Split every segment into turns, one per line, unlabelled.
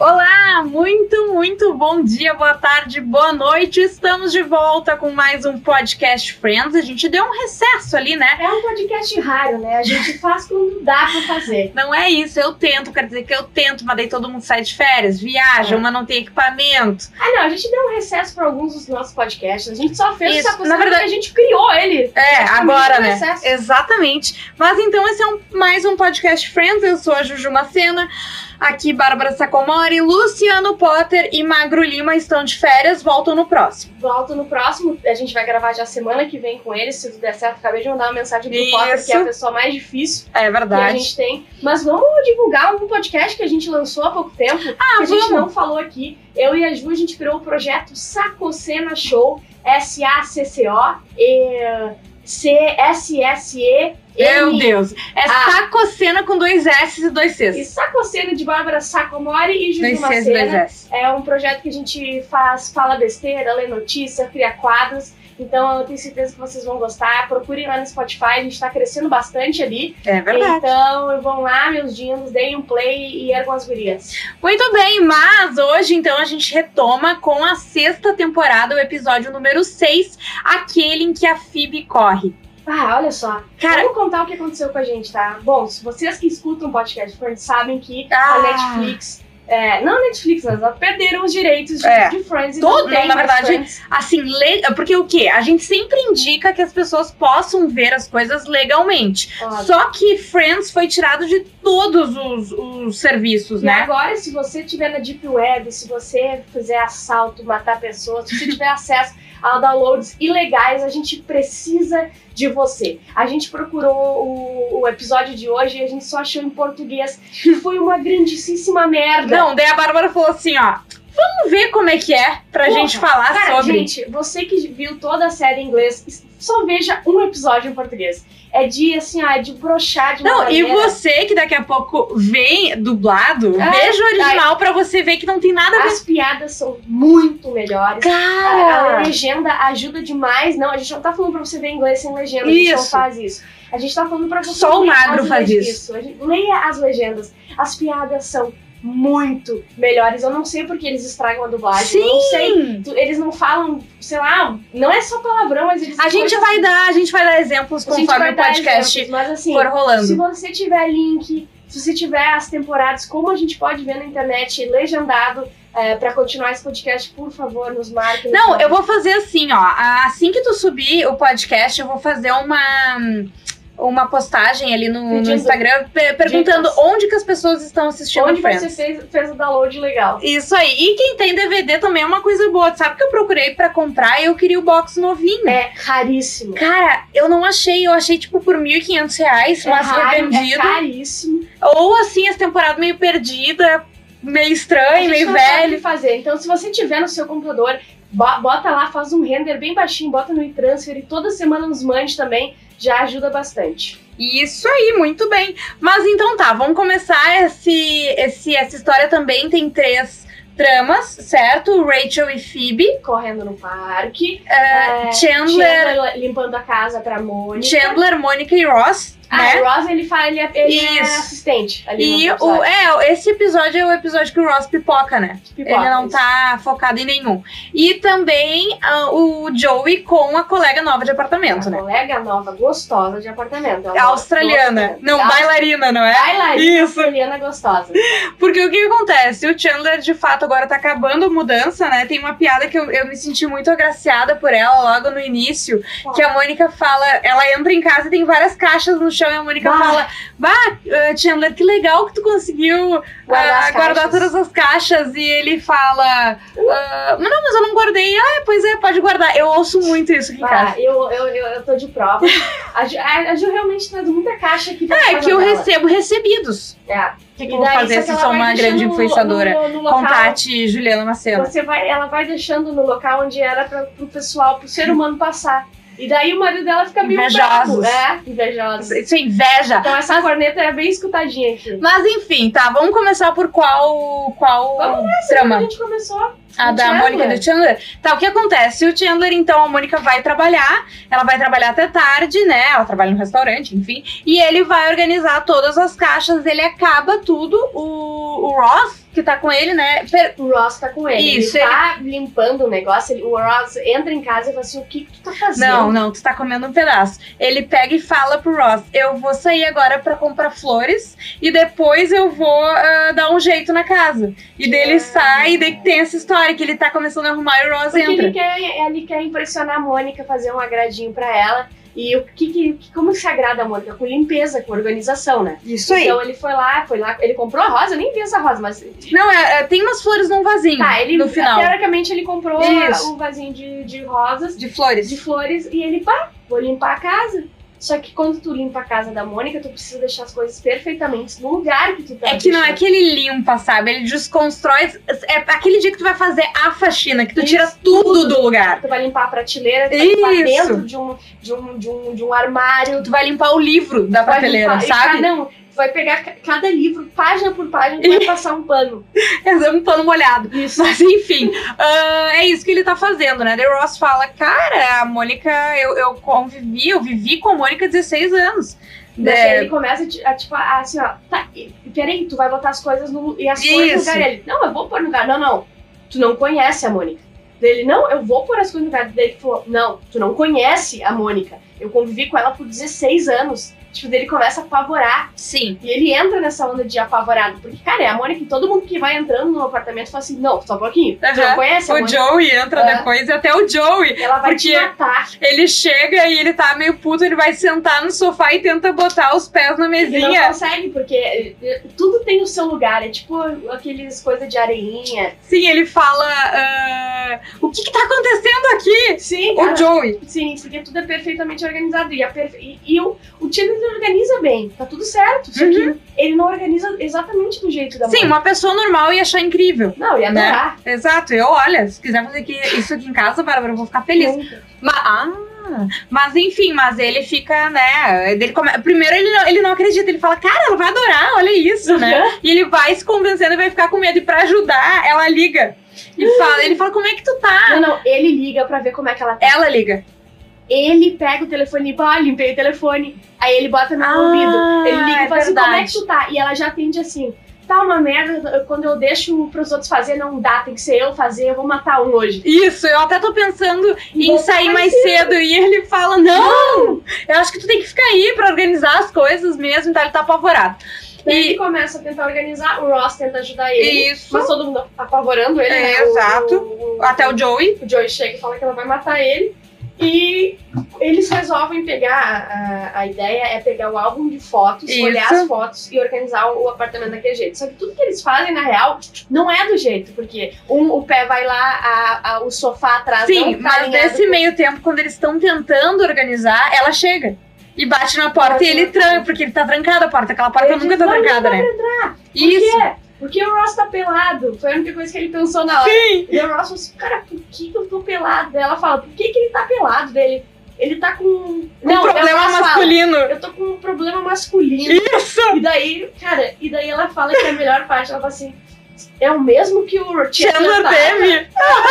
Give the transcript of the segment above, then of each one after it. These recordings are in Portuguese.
Olá, muito, muito bom dia, boa tarde, boa noite. Estamos de volta com mais um podcast Friends. A gente deu um recesso ali, né?
É um podcast raro, né? A gente faz quando dá pra fazer.
Não é isso, eu tento, quer dizer que eu tento, mas daí todo mundo sai de férias, viaja,
É.
uma não tem equipamento.
Ah, não, a gente deu um recesso pra alguns dos nossos podcasts. A gente só fez
Isso,
essa coisa
na verdade-
porque a gente criou ele.
É,
Praticamente
agora,
um
né?
recesso.
Exatamente. Mas então esse é um- mais um podcast Friends. Eu sou a Juju Macena, aqui Bárbara Sacomori, Luciano Potter e Magro Lima estão de férias, voltam no próximo.
Volto no próximo. A gente vai gravar já semana que vem com ele. Se tudo der certo, acabei de mandar uma mensagem pro
Isso.
Potter, que é a pessoa mais difícil
É
que a
verdade.
gente tem. Mas vamos divulgar algum podcast que a gente lançou há pouco tempo. que a gente
Ah, vamos.
não falou aqui. Eu e a Ju, a gente criou o projeto Sacocena Show. S-A-C-C-O. E... C-S-S-E.
Meu Deus. É
Ah.
sacocena com dois S e dois
E
Cs.
Sacocena de Bárbara Sacomori e
Dois
Juju
Cs e dois
Macena.
S.
É um projeto que a gente faz, fala besteira, lê notícia, cria quadros. Então eu tenho certeza que vocês vão gostar. Procurem lá no Spotify, a gente tá crescendo bastante ali.
É verdade.
Então vão lá, meus dinhos, deem um play e ergam as gurias.
Muito bem, mas hoje então a gente retoma com a sexta temporada, o episódio número 6, aquele em que a Phoebe corre.
Ah, olha só.
Cara,
Vamos contar o que aconteceu com a gente, tá? Bom, se vocês que escutam o podcast Friends sabem que
Ah.
a Netflix. é, não a Netflix, mas ela perderam os direitos de,
É.
de Friends. e
Todo-
não tem
na
mais
verdade,
Friends.
assim, le- porque o quê? A gente sempre indica que as pessoas possam ver as coisas legalmente.
Ó,
Só que Friends foi tirado de todos os, os serviços,
E
né?
agora, se você estiver na Deep Web, se você fizer assalto, matar pessoas, se você tiver acesso a downloads ilegais, a gente precisa de você. A gente procurou o, o episódio de hoje e a gente só achou em português. E foi uma grandíssima merda.
Não, daí a Bárbara falou assim, ó. Vamos ver como é que é pra
Porra,
gente falar
Cara,
sobre.
gente, você que viu toda a série em inglês, só veja um episódio em português. É de, assim, ah, é de broxar de uma
não, e
maneira.
você que daqui a pouco vem dublado,
É,
veja o original pra você ver que não tem nada a ver.
As piadas são muito melhores. A, a
Cara!
legenda ajuda demais. Não, a gente não tá falando pra você ver inglês sem legenda. A gente
Isso.
não faz isso. A gente tá falando pra você
Só o
ler
magro
as
faz
legendas.
isso.
A gente- leia as legendas. As piadas são muito melhores. Eu não sei porque eles estragam a dublagem. Eu não sei.
Sim!
Tu- Eles não falam, sei lá, não é só palavrão, mas eles
A gente
coisas-
vai dar, a gente vai dar exemplos
a gente
conforme
vai
o
dar
podcast
exemplos, mas assim,
for
se
rolando.
você tiver link, se você tiver as temporadas, como a gente pode ver na internet, legendado, é, pra continuar esse podcast, por favor, nos marque. nos
Não,
marque.
eu vou fazer assim, ó. Assim que tu subir o podcast, eu vou fazer uma uma postagem ali no, no
Pedindo
Instagram per- perguntando
dicas.
onde que as pessoas estão assistindo
Onde
Friends.
você fez, fez o download legal.
Isso aí. E quem tem DVD também é uma coisa boa. Tu Sabe que eu procurei pra comprar e eu queria o box novinho.
É raríssimo.
Cara, eu não achei. Eu achei, tipo, por 1.500 reais,
É
mas
raro,
foi
é
vendido.
caríssimo.
Ou, assim, as temporadas meio perdida, meio
A
estranha,
gente
meio
não sabe o
velho.
que fazer. Então, se você tiver no seu computador, bo- bota lá, faz um render bem baixinho, bota no e-transfer e toda semana nos mande também. Já ajuda bastante.
Isso aí, muito bem. Mas, então, tá. Vamos começar esse, esse, essa história também. Tem três tramas, certo? Rachel e Phoebe.
Correndo no parque. é,
Chandler...
Chandler limpando a casa pra Mônica.
Chandler, Mônica e Ross, né?
Ah, o Ross, ele, fala, ele, é, ele é
Isso.
assistente ali
E
no
o,
um episódio.
é, esse episódio é o episódio que o Ross pipoca, né?
Pipoca,
Ele não
isso.
tá focado em nenhum. E também ah, o Joey com a colega nova de apartamento, né? É
Uma colega nova, gostosa de apartamento. Ela-
Australiana.
gosta-
Não,
Aus-
bailarina, não é?
Bailarina
Isso.
australiana gostosa.
Porque o que acontece? O Chandler, de fato, agora tá acabando a mudança, né? Tem uma piada que eu, eu me senti muito agraciada por ela logo no início.
Qual?
Que a Mônica fala... Ela entra em casa e tem várias caixas no chão. E a Mônica
Bah.
fala... Bah, ah, Chandler, que legal que tu conseguiu
Guardar as
Ah, guardar
caixas.
todas as caixas e ele fala. ah, mas não, mas eu não guardei. Ah, pois é, pode guardar. Eu ouço muito isso aqui em casa.
Ah, eu, eu, eu, eu tô de prova. A Ju, a- a Ju realmente traz muita caixa aqui pra
É
casa
que eu
dela.
recebo recebidos.
É.
O que, que
E
eu vou
daí,
fazer
só que
se
ela
sou
vai
uma
deixando
grande
no-
influenciadora?
No, no local,
Contate Juliana Macena.
Você vai, ela vai deixando no local onde era pra, pro pessoal, pro ser humano passar. E daí o marido dela fica meio
Invejosos.
bravo. É, invejosos.
Isso é inveja.
Então essa corneta é bem escutadinha aqui.
Mas enfim, tá. Vamos começar por qual, qual
Vamos
trama?
Então, A gente começou
A
O
da
Chandler.
Mônica do Chandler. Tá, o que acontece? O Chandler, então, a Mônica vai trabalhar, ela vai trabalhar até tarde, né? Ela trabalha no restaurante, enfim. E ele vai organizar todas as caixas, ele acaba tudo. O, o Ross, que tá com ele, né? per-
O Ross tá com ele.
Isso,
ele tá limpando o negócio. ele- o Ross entra em casa e fala assim: o que, que tu tá fazendo?
Não, não, tu tá comendo um pedaço. Ele pega e fala pro Ross: Eu vou sair agora pra comprar flores e depois eu vou ah, dar um jeito na casa. E daí ele
Ah.
sai, e daí tem essa história que ele tá começando a arrumar e o Ross
Porque
entra.
ele quer, é, ele quer impressionar a Mônica, fazer um agradinho pra ela. E o que, que- como que se agrada a Mônica? Com limpeza, com organização, né?
Isso aí.
Então ele foi lá, foi lá, ele comprou a rosa, eu nem vi essa rosa, mas
Não, é, é, tem umas flores num vasinho
tá, ele
no final.
teoricamente ele comprou
Isso.
um vasinho de, de rosas,
De flores.
de flores, e ele, pá, vou limpar a casa. Só que quando tu limpa a casa da Mônica, tu precisa deixar as coisas perfeitamente no lugar que tu tá
É que não é
deixando.
que ele limpa, sabe? Ele desconstrói. É aquele dia que tu vai fazer a faxina, que tu
Isso,
tira tudo do lugar.
Tu vai limpar a prateleira, tu vai limpar
Isso.
dentro de um, de, um, de, um, de um armário,
Tu vai limpar o livro da
Vai
prateleira,
limpar- e
sabe?
Cada, não, tu vai pegar ca- cada livro, página por página, tu vai passar um pano.
É um pano molhado.
Isso.
Mas enfim, ah, é isso que ele tá fazendo, né? The Ross fala, cara, a Mônica, eu, eu convivi, eu vivi com a Mônica há 16 anos.
Daí
É.
ele começa a, ti- a, tipo, a- assim, ó, tá, e- peraí, tu vai botar as coisas no. E as coisas no
Isso.
lugar. Ele, não, eu vou pôr no lugar. Não, não. Tu não conhece a Mônica. Daí ele, não, eu vou pôr as coisas no lugar. Daí ele falou, não, tu não conhece a Mônica. Eu convivi com ela por 16 anos. Tipo, daí ele começa a apavorar.
É, Sim.
E ele entra nessa onda de apavorado. Porque, cara, é a Mônica e todo mundo que vai entrando no apartamento fala assim: não, só um pouquinho. Tu
Aham.
não conhece a
O
Mônica.
Joey entra
É.
depois e até o Joey,
Ela vai te
porque-
matar.
ele chega e ele tá meio puto, ele vai sentar no sofá e tenta botar os pés na
Ele não
mesinha.
consegue, porque eh, tudo tem o seu lugar. É tipo aqueles coisas de areinha.
Sim, ele fala, ah, o que que tá acontecendo aqui?
Sim,
O Joey.
sim, porque tudo é perfeitamente organizado. E, a perfe- e- e o, o time ele organiza bem, tá tudo certo. Só que ele não organiza exatamente do jeito da
Uhum. Sim,
mãe.
uma pessoa normal ia achar incrível.
Não, é e
né?
adorar.
Exato, eu, olha, se quiser fazer aqui- isso aqui em casa, Bárbara, eu vou ficar feliz.
Nunca.
Ma- ah, mas enfim, mas ele fica, né? Ele come- Primeiro ele não, ele não acredita, ele fala, cara, ela vai adorar, olha isso, né? E ele vai se convencendo e vai ficar com medo. E pra ajudar, ela liga. E fala, ele fala, como é que tu tá?
Não, não, ele liga pra ver como é que ela tá.
Ela liga.
Ele pega o telefone e fala, ah, limpei o telefone. Aí ele bota no
Ah,
ouvido. Ele liga e fala assim, como é que tu tá? E ela já atende assim, tá uma merda, eu- quando eu deixo pros outros fazer, não dá, tem que ser eu fazer, eu vou matar um hoje. Então,
Isso, eu até tô pensando em
Vou
sair mais cedo. E ele fala, não! Eu acho que tu tem que ficar aí pra organizar as coisas mesmo. Então ele tá apavorado.
Daí
E-
então ele começa a tentar organizar, o Ross tenta ajudar ele.
Isso.
Mas todo mundo apavorando ele,
É,
né? O-
exato.
O, o-
Até o Joey.
o Joey chega e fala que ela vai matar ele. E eles resolvem pegar. A, a ideia é pegar o álbum de fotos,
Isso.
olhar as fotos e organizar o apartamento daquele jeito. Só que tudo que eles fazem, na real, não é do jeito, porque um, o pé vai lá, a- a- o sofá atrás
Sim,
não tá
mas
alinhado
nesse meio tempo, quando eles estão tentando organizar, ela chega. E bate na porta
Bate
e ele
na
tranca, porque ele tá trancado a porta. Aquela porta
Ele
nunca
diz,
tá
"Não, não
trancada,
dá
né?
pra Por
Isso.
quê? Porque o Ross tá pelado. Foi a única coisa que ele pensou na hora. E o Ross falou assim, cara, por que que eu tô pelado? Daí ela fala, por que que ele tá pelado? Daí ele, ele tá com... Um
Um problema masculino.
eu tô com um problema masculino.
Isso!
E daí, cara, e daí ela fala que é a melhor parte, ela fala assim, é o mesmo que o
Chandler
tá.
teve.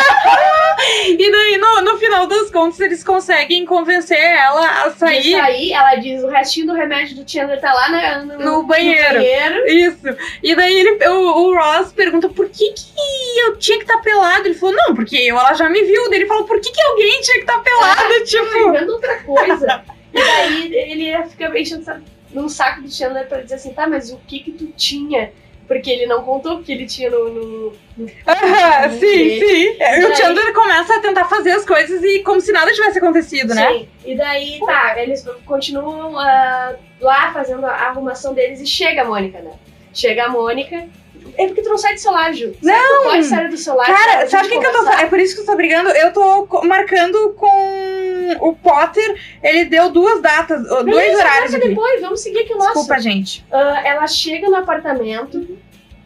e daí, no, no final das contas, eles conseguem convencer ela a
E
sair.
Aí ela diz, o restinho do remédio do Chandler tá lá na- no,
No banheiro.
banheiro.
Isso. E daí ele, o, o Ross pergunta por que, que eu tinha que estar pelado. Ele falou, não, porque eu, ela já me viu. Daí ele falou, por que, que alguém tinha que estar pelado? Tipo.
Lembrando É, tá outra coisa. e daí ele fica enchendo sa- num saco do Chandler pra dizer assim, tá, mas o que que tu tinha? Porque ele não contou o que ele tinha no- no
Aham, sim,
Sim.
sim. E Uhum.
E
É, o
aí-
Chandler começa a tentar fazer as coisas e como se nada tivesse acontecido, né?
Sim. E daí, tá, eles continuam ah, lá fazendo a arrumação deles e chega a Mônica, né? Chega a Mônica. É porque tu não sai do celular, Ju. Não! Pode sair do celular.
Cara,
pra
sabe o que,
gente
que eu tô
conversar.
fazendo? É por isso que eu tô brigando. Eu tô co- marcando com o Potter. Ele deu duas datas, ó, dois
Beleza,
horários
marca
aqui.
depois, vamos seguir aqui o nosso.
Desculpa, gente.
Ah, ela chega no apartamento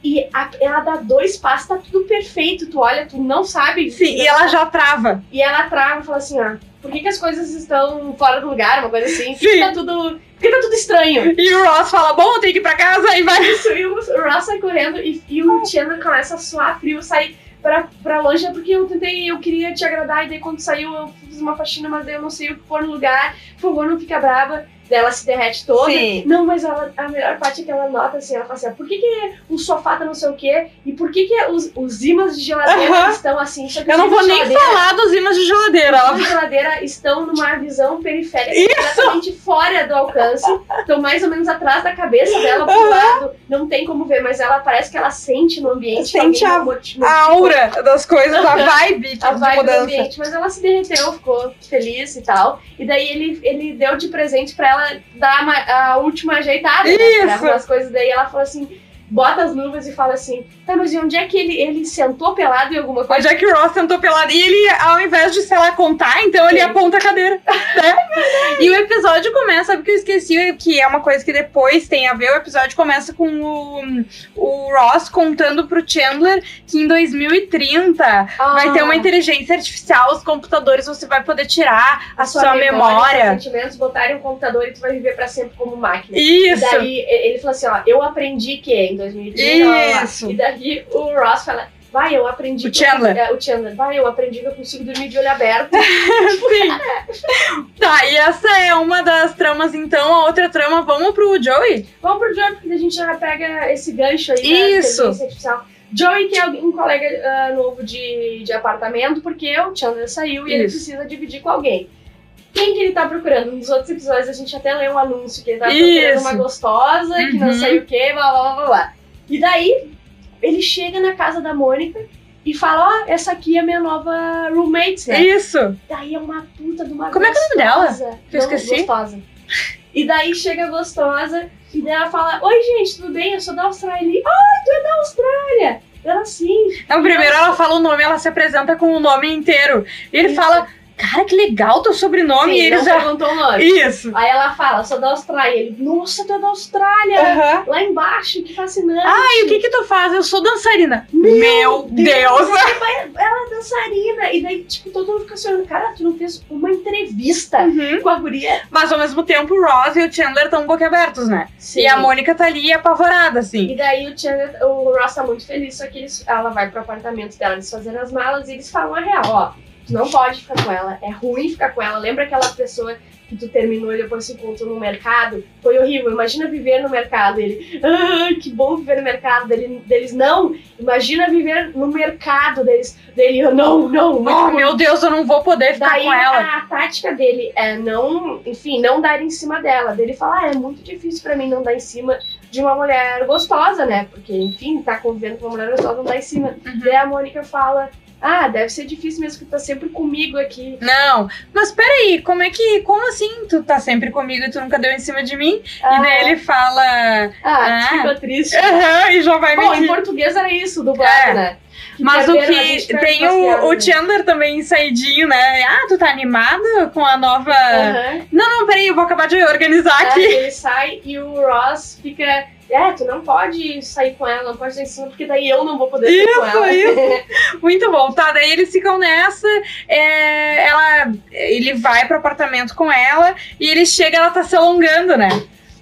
e a- ela dá dois passos, tá tudo perfeito. Tu olha, tu não sabe. né?
Sim, e ela já trava.
E ela trava e fala assim, ó. Por que, que as coisas estão fora do lugar? Uma coisa assim. Por que
Sim.
tá tudo. Por que tá tudo estranho?
E o Ross fala: Bom, eu tenho que ir pra casa e vai.
Isso, e o Ross sai correndo e, e o Chandler começa a suar frio, sai pra, pra loja, porque eu tentei, eu queria te agradar, e daí quando saiu eu fiz uma faxina, mas daí eu não sei o que pôr no lugar. Por favor, não fica brava. Daí ela se derrete toda.
Sim.
Não, mas ela- a melhor parte é que ela nota assim, ela fala assim, ó, por que, que o sofá tá não sei o quê? E por que, que os, os ímãs de geladeira
Aham.
estão assim? Só que
Eu
os
não
ímãs
vou
de
nem
geladeira-
falar dos imãs de geladeira.
os
Ela...
ímãs de geladeira estão numa visão periférica completamente fora do alcance. Estão mais ou menos atrás da cabeça dela pro
Aham.
lado. Não tem como ver, mas ela parece que ela sente no ambiente. que
Sente
alguém modificou
A aura das coisas, a vibe tipo,
tipo, a
de
vibe do
mudança.
ambiente, mas ela se derreteu, ficou feliz e tal. E daí ele, ele deu de presente pra ela dar uma- a última ajeitada, né,
Isso.
pra algumas coisas. Daí ela falou assim, bota as luvas e fala assim, tá, mas e onde é que ele, ele sentou pelado em alguma
A
coisa?
Jack Ross sentou pelada. E ele, ao invés de, sei lá, contar, então ele
Sim.
aponta a cadeira. Né? e o episódio começa, sabe que eu esqueci, que é uma coisa que depois tem a ver. O episódio começa com o, o Ross contando pro Chandler que em 2030 vai
Ah.
ter uma inteligência artificial, os computadores você vai poder tirar a, sua, memória.
Seus sentimentos, botarem um computador e tu vai viver pra sempre como máquina.
Isso!
E daí e- ele falou assim, ó, eu aprendi que em 2030, blá, blá, blá.
Isso.
E daí o Ross fala, vai, eu aprendi...
O
que eu-
Chandler.
é, o Chandler, vai, eu aprendi que eu consigo dormir de olho aberto.
Sim. tá, e essa é uma das tramas, então. A outra trama, vamos pro Joey?
Vamos pro Joey, porque a gente já pega esse gancho aí né, da
Isso.
inteligência artificial. Joey, que é um colega ah, novo de, de apartamento, porque o Chandler saiu e ele
Isso.
precisa dividir com alguém. Quem que ele tá procurando? Nos outros episódios a gente até lê um anúncio que ele tá procurando
Isso.
uma gostosa, que não
Uhum.
sei o que, blá blá blá blá. E daí, ele chega na casa da Mônica e fala: Ó, essa aqui é minha nova roommate, né?
Isso!
Daí é uma puta de uma
Como é que é o nome dela?
gostosa.
Que eu
Não,
esqueci.
Gostosa. E daí chega a gostosa e daí ela fala: Oi, gente, tudo bem? Eu sou da Austrália. Ele, Ai, tu é da Austrália! Ela sim.
Então, primeiro ela fala o nome, ela se apresenta com o nome inteiro. E ele
Isso.
fala, cara, que legal teu sobrenome.
sim,
e
não
ele já.
perguntou o nome.
Isso.
Aí ela fala: Sou da Austrália. Ele, Nossa, tu é da Austrália!
Aham.
Lá embaixo, que fascinante.
E o que que tu faz? Eu sou dançarina.
Meu
Deus!
Ela é dançarina. E daí, tipo, todo mundo fica se olhando: Cara, tu não fez uma entrevista
Uhum.
com a guria.
Mas ao mesmo tempo, o Ross e o Chandler estão boquiabertos, né? E a Mônica tá ali apavorada, assim.
E daí o, Chandler, o Ross tá muito feliz, só que eles, ela vai pro apartamento dela desfazendo as malas e eles falam a real, ó. Tu não pode ficar com ela, é ruim ficar com ela. Lembra aquela pessoa que tu terminou e depois se encontrou no mercado? Foi horrível, imagina viver no mercado. Ele, ah, que bom viver no mercado. Dele, deles, não, imagina viver no mercado. Deles, dele, "Ah, não, não. muito
Oh,
ruim."
meu Deus, eu não vou poder ficar
Daí
com ela.
a tática dele é não, enfim, não dar em cima dela. Dele falar, ah, é muito difícil pra mim não dar em cima de uma mulher gostosa, né? Porque, enfim, tá convivendo com uma mulher gostosa, não dá em cima.
Uhum.
Daí a Mônica fala, ah, deve ser difícil mesmo que tu tá sempre comigo aqui.
Não, mas peraí, como é que. Como assim tu tá sempre comigo e tu nunca deu em cima de mim? E
Ah,
daí ele fala.
ah,
ah.
ficou triste.
Aham, e já vai
Bom,
medir.
em português era isso, dublado,
É.
né? Que
Mas o
perderam, a gente
que
perde
tem
umas piadas,
o,
né?
o Chandler também saidinho, né? Ah, tu tá animado com a nova.
Aham.
Não, peraí, eu vou acabar de organizar
É,
aqui.
ele sai e o Ross fica. É, tu não pode sair com ela, não pode sair em cima, porque daí eu não vou poder sair com
Isso,
ela.
isso. Muito bom, tá? Daí eles ficam nessa. é, ela, ele vai pro apartamento com ela e ele chega, ela tá se alongando, né?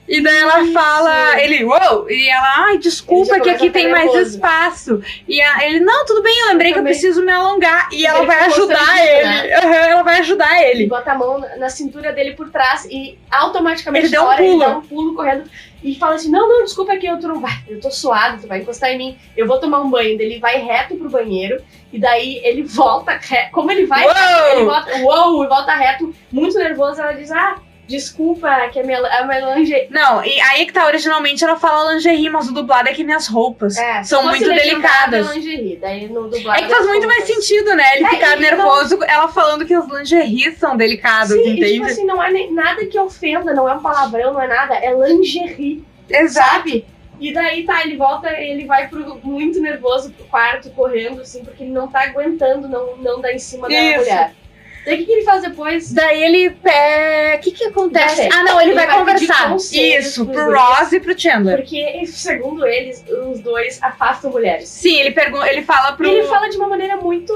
E daí ela
Isso.
fala, ele, uou! E ela, ai,
Ele já
desculpa que
começa a
aqui tem
ficar
mais
nervoso.
espaço. E a- ele, não, tudo bem, eu lembrei que eu
também.
preciso me alongar. E ela
Ele
vai
ficou né?
ajudar
constrangido,
ele. Aham, ela vai ajudar ele.
Ele bota a mão na na cintura dele por trás e automaticamente
Ele deu um
chora, ele
pulo.
dá um pulo correndo e fala assim: Não, não, desculpa aqui, eu tô, não vai, eu tô suado, tu vai encostar em mim, eu vou tomar um banho. Daí Ele vai reto pro banheiro e daí ele volta, re- como ele vai,
Uou!
ele volta, uou, e volta reto, muito nervoso. Ela diz: Ah, desculpa, que a minha, a minha lingerie.
Não, e aí que tá, originalmente ela fala lingerie, mas o dublado é que minhas roupas
É,
são
se fosse
muito
legendado,
delicadas.
é lingerie. Daí no dublado
É que faz muito mais
desculpa.
sentido, né? Ele
É,
ficar
e não-
nervoso, ela falando que as lingeries são delicadas,
Sim, e, tipo
entende?
assim, não é nem- nada que ofenda, não é um palavrão, não é nada, é lingerie.
Exato.
assim, sabe? E daí tá, ele volta, ele vai pro, muito nervoso pro quarto, correndo, assim, porque ele não tá aguentando não, não dar em cima da
Isso.
mulher. Daí o que, que ele faz depois?
Daí ele. O
é,
que que acontece?
Não sei.
Ah, não, ele,
Ele
vai,
vai pedir
conversar.
conselhos
Isso,
pros
pro
dois.
Ross e pro Chandler.
Porque, segundo eles, os dois afastam mulheres.
Sim, ele, pergun- ele fala pro.
E ele fala de uma maneira muito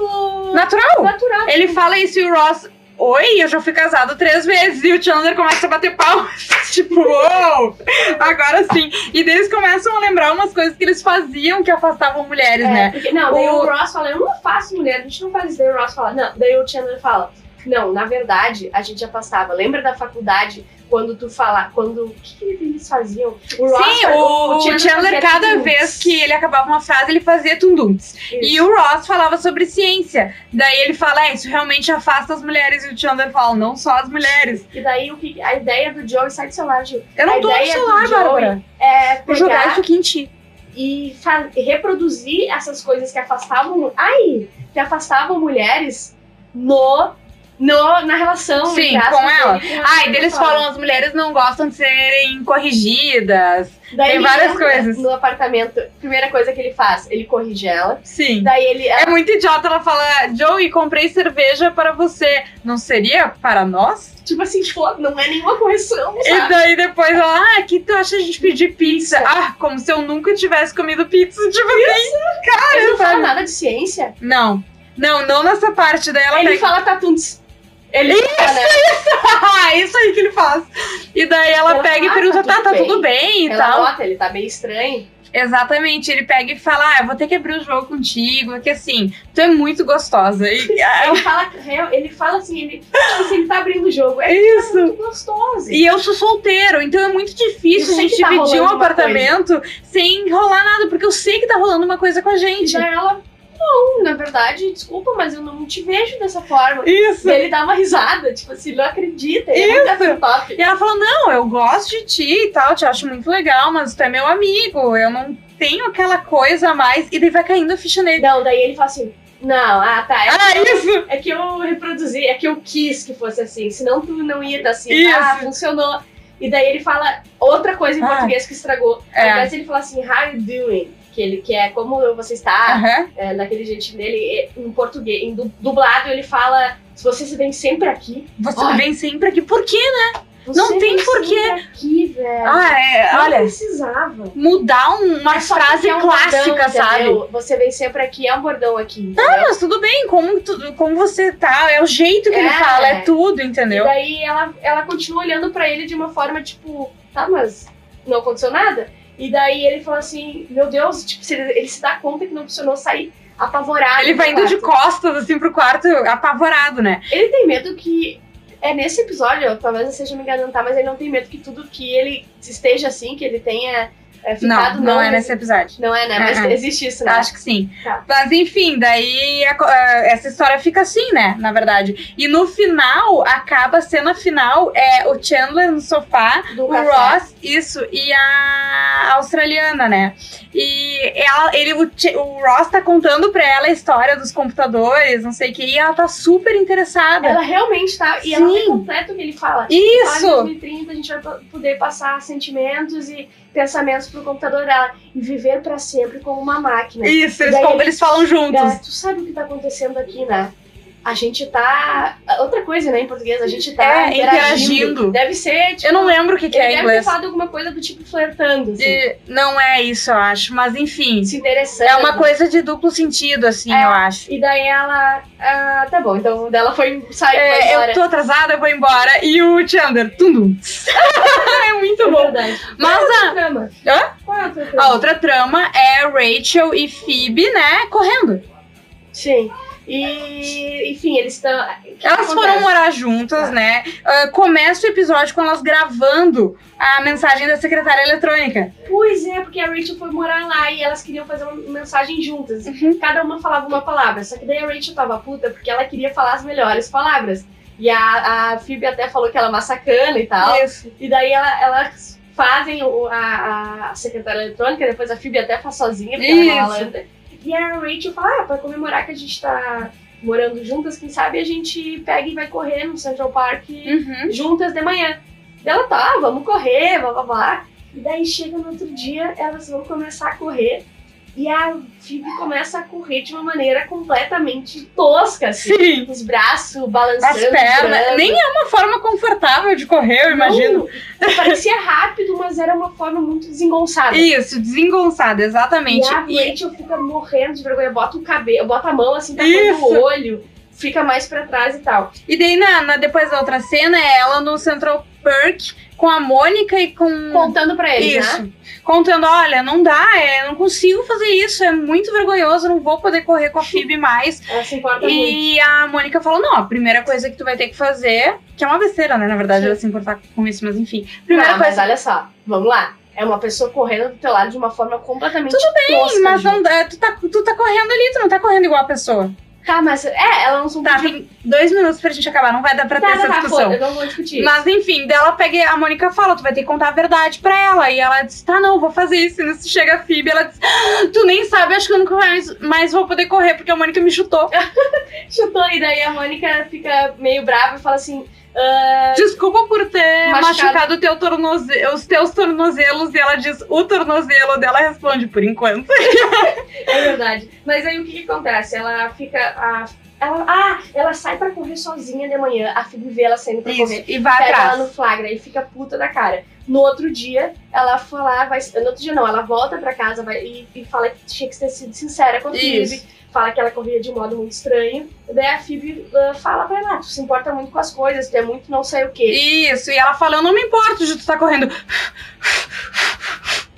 Natural!
natural.
Ele fala isso e o Ross. Oi, eu já fui casado três vezes e o Chandler começa a bater pau. tipo, uou! Agora sim. E daí eles começam a lembrar umas coisas que eles faziam que afastavam mulheres,
É,
né?
porque- não, daí
O-
o... Ross fala, eu não faço mulher, a gente não faz isso. Daí o Ross fala, não, daí o Chandler fala, não, na verdade, a gente já passava. Lembra da faculdade, quando tu falar, quando, o que, que eles faziam? O
Sim,
faz-
o, o Chandler,
fazia
cada
tudo.
vez que ele acabava uma frase, ele fazia tundunts. E
Isso.
o Ross falava sobre ciência. Daí ele fala, é, isso realmente afasta as mulheres. E o Chandler fala, não só as mulheres.
E daí o que, a ideia do Joey sai do celular, Gil,
Eu não
A
tô no
ideia
celular,
do Joey
Bárbara.
é
Vou jogar
pegar
isso aqui em ti.
e fa- reproduzir essas coisas que afastavam, ai, que afastavam mulheres no, no na relação
Sim,
entre aspas,
com ela.
dele com a
Ai,
Chandler
deles
fala.
falam, as mulheres não gostam de serem corrigidas.
Daí
Tem
ele
várias
entra
coisas.
No apartamento, primeira coisa que ele faz, ele corrige ela.
Sim.
Daí ele.
É muito idiota ela fala, Joey, comprei cerveja para você. Não seria para nós?
Tipo assim, foda, não é nenhuma correção,
E
sabe?
daí depois ela, ah, que tu acha a gente pedir pizza?
Pizza.
Ah, como se eu nunca tivesse comido pizza. Tipo assim.
Ele não fala
sabe?
nada de ciência.
Não. Não, não nessa parte dela.
ele
pega-
fala tatuntes. Ele
Isso,
fala, né?
Ah, isso aí que ele faz. E daí ela,
Ela
pega e
fala,
pergunta,
tá
tá,
tudo
tá
bem.
tudo bem e
Ela
tal.
nota, ele tá meio estranho.
Exatamente, ele pega e fala: Ah, eu vou ter que abrir o jogo contigo, que assim, tu é muito gostosa. E,
Ele fala, real- ele fala assim, ele, tipo assim, ele tá abrindo o jogo. É
isso.
muito gostoso.
E eu sou solteiro, então é muito difícil
Isso
a
tem
gente
que tá
dividir um
rolando uma
apartamento sem rolar nada, porque eu sei que tá rolando uma coisa com a
E
gente.
já ela, não, na verdade, desculpa, mas eu não te vejo dessa forma.
Isso.
E ele dá uma risada, tipo assim, não acredita. Ele é
Isso.
muito afim top.
E ela fala: Não, eu gosto de ti e tal, te acho muito legal, mas tu é meu amigo, eu não tenho aquela coisa a mais. E daí vai caindo a ficha nele.
Não, daí ele fala assim, não, ah, tá. é
Ah, isso!
É que eu reproduzi, é que eu quis que fosse assim, senão tu não ia estar assim,
Isso.
ah, funcionou. E daí ele fala outra coisa em
Ah.
português que estragou.
É.
Ao invés de ele falar assim, how you doing? Que ele que é como você está,
Aham.
é, naquele jeitinho dele, é, em português, em du- dublado, ele fala, se você se vem sempre aqui.
Você
Ai.
vem sempre aqui. Por quê?
Você
Não tem
vem
porquê.
sempre aqui, velho.
Ah, é.
não
Olha,
precisava.
mudar um- uma
É só
frase
porque é um
clássica,
bordão,
sabe?
entendeu? Você vem sempre aqui, é um bordão aqui.
Ah, mas tudo bem, como, tu- como você tá, é o jeito que ele
É.
fala, é tudo, entendeu?
E daí ela, ela continua olhando pra ele de uma forma tipo, tá, mas não aconteceu nada? E daí ele fala assim, meu Deus, tipo, se ele, ele se dá conta que não funcionou, sair apavorado.
Ele
do
vai indo de
quarto.
costas, assim, pro quarto, apavorado, né?
Ele tem medo que. É nesse episódio, talvez eu seja me enganando, tá? Mas ele não tem medo que tudo que ele esteja assim, que ele tenha é,
Não,
ficado.
não é nesse episódio.
Não é, né? Mas
Uh-uh.
existe isso, né?
Acho que sim.
Tá.
Mas enfim, daí a co- eh, essa história fica assim, né? Na verdade. E no final, acaba a cena final, é o Chandler no sofá,
Do
o
café.
Ross, isso, e a australiana, né? E ela, ele, o, Ch- o Ross tá contando pra ela a história dos computadores, não sei o que, e ela tá super interessada.
Ela tá realmente tá. E ela tem
Sim.
completo o que ele fala. Isso.
Isso!
em 2030 a gente vai po- poder passar sentimentos e pensamentos pro computador dela e viver pra sempre como uma máquina.
Isso, eles,
Daí
com-
ele-
eles falam
Ela,
juntos.
tu sabe o que tá acontecendo aqui, né? A gente tá. Outra coisa, né, em português, a gente tá
É,
interagindo.
interagindo.
Deve ser, tipo.
Eu não lembro o que, que
ele
é em
deve ter
inglês.
falado alguma coisa do tipo flertando, assim.
De- Não é isso, eu acho, mas enfim.
Se interessando.
É uma coisa de duplo sentido, assim,
É.
eu acho.
E daí ela. Ah, tá bom, então dela foi sair
É,
foi embora.
eu tô atrasada, eu vou embora. E o Chandler, tundum. é muito
É
bom.
verdade.
Mas
Qual é a trama?
Hã?
Qual é a outra trama?
A outra trama é Rachel e Phoebe, né, correndo.
Sim. E, enfim, eles estão.
Elas foram morar juntas,
Ah.
né? Ah, começa o episódio com elas gravando a mensagem da secretária eletrônica.
Pois é, porque a Rachel foi morar lá e elas queriam fazer uma mensagem juntas.
Uhum.
Cada uma falava uma palavra. Só que daí a Rachel tava puta porque ela queria falar as melhores palavras. E a, a Phoebe até falou que ela é uma sacana e tal.
Isso.
E daí ela- elas fazem o- a, a secretária eletrônica, depois a Phoebe até faz sozinha, porque ela é
Isso.
malandra. E a Rachel fala, ah, pra comemorar que a gente tá morando juntas, quem sabe a gente pega e vai correr no Central Park
Uhum.
juntas de manhã. Daí Ela tá, ah, vamos correr, blá blá blá. E daí chega no outro dia, elas vão começar a correr. E a Phoebe começa a correr de uma maneira completamente tosca, assim.
Sim.
Os braços balançando.
As pernas.
girando.
Nem é uma forma confortável de correr, eu imagino.
Uh! Não, parecia rápido, mas era uma forma muito desengonçada.
Isso, desengonçada,
E
exatamente.
a
E-
Rachel fica morrendo de vergonha, bota o cabelo, bota a mão assim, tapando
Isso.
o olho. fica mais pra trás e tal.
E daí, na, na- depois da outra cena, é ela no Central Perk com a Mônica e com.
Contando pra eles, né?
Isso. Contando, olha, não dá, é, não consigo fazer isso, é muito vergonhoso, não vou poder correr com a Phoebe mais.
Ela se importa muito.
E a Mônica falou: não, a primeira coisa que tu vai ter que fazer, que é uma besteira, né? Na verdade,
Sim.
ela se importar com isso, mas enfim. Primeira
Ah,
coisa.
Mas olha só, vamos lá. É uma pessoa correndo do teu lado de uma forma completamente
Sim,
tosca.
mas
gente.
não, é, tu, tá, tu tá correndo ali, tu não tá correndo igual a pessoa.
Tá, mas é, ela não sou
Tá, tem dois minutos pra gente acabar, não vai dar pra ter essa discussão.
tá, eu não vou discutir isso.
Mas enfim, dela pega a Mônica fala, tu vai ter que contar a verdade pra ela. E ela diz, tá, não, vou fazer isso. E nisso chega a Phoebe, ela diz, "Ah, tu nem sabe, acho que eu nunca mais, mais vou poder correr, porque a Mônica me chutou.
Chutou, e daí a Mônica fica meio brava e fala assim: "Ah,
Desculpa por ter machucado,
Machucado.
o teu tornoze- os teus tornozelos. E ela diz, o tornozelo dela responde, por enquanto.
é verdade. Mas aí o que, que acontece? Ela fica. a- ela, ah, ela sai pra correr sozinha de manhã, a Phoebe vê ela saindo pra correr.
e vai
pega
atrás.
ela no flagra e fica puta da cara. No outro dia, ela fala, vai, no outro dia não, ela volta pra casa vai, e, e fala que tinha que ter sido sincera com a
Isso.
Phoebe. Fala que ela corria de modo muito estranho. Daí a Phoebe ah, fala pra ela, "Ah, tu se importa muito com as coisas, tu é muito não sei o quê.
Isso, e ela fala, eu não me importo de tu tá correndo.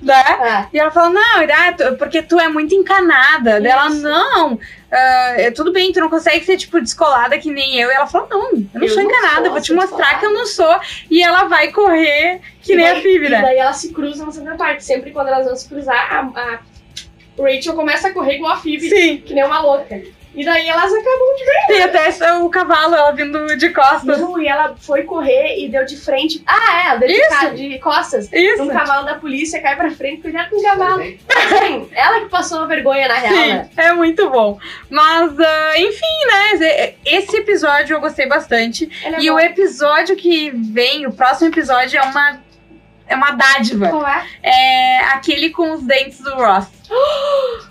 né?
Ah,
E ela fala, não, irá, tu- porque tu é muito encanada. Daí ela,
Isso.
não, ah, é tudo bem, tu não consegue ser, tipo, descolada que nem eu. E ela fala, não, eu não
Eu
sou
não
encanada,
sou,
vou te
sou
mostrar
descolada.
que eu não sou. E ela vai correr que
e
nem
daí-
a Phoebe,
E
né?
daí elas se cruzam na Central Park. Sempre quando elas vão se cruzar, a, a Rachel começa a correr igual a Phoebe,
Sim,
que nem uma louca. E daí elas acabam.
tem até essa- o cavalo, ela vindo de costas.
Não, e ela foi correr e deu de frente. Ah, é, deu de,
Isso.
ca- de costas.
Isso,
Um cavalo da polícia cai pra frente, cuidado com o um cavalo. Sim, ela que passou a vergonha, na real, né?
sim, é muito bom. Mas, ah, enfim, né, ze- esse episódio eu gostei bastante.
Ela é
E o
boa.
episódio que vem, o próximo episódio é uma é uma dádiva.
Qual é?
É aquele com os dentes do Ross.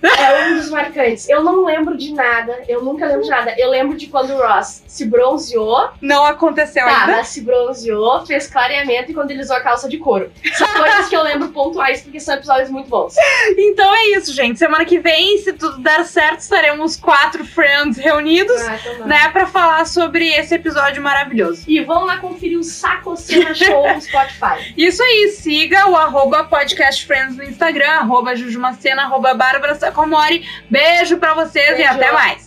É um dos marcantes. Eu não lembro de nada, eu nunca lembro de nada. Eu lembro de quando o Ross se bronzeou,
Não aconteceu
tá,
ainda.
mas se bronzeou, fez clareamento e quando ele usou a calça de couro. São coisas que eu lembro pontuais, porque são episódios muito bons.
Então é isso, gente. Semana que vem, se tudo der certo, estaremos quatro friends reunidos,
Ah, então vai.
né, Pra falar sobre esse episódio maravilhoso.
E vão lá conferir o Saco Cena Show no Spotify.
Isso aí, siga o arroba podcast friends no Instagram, arroba Jujumacena, arroba Bárbara Sacomori. Beijo pra vocês e
Beijo.
até mais.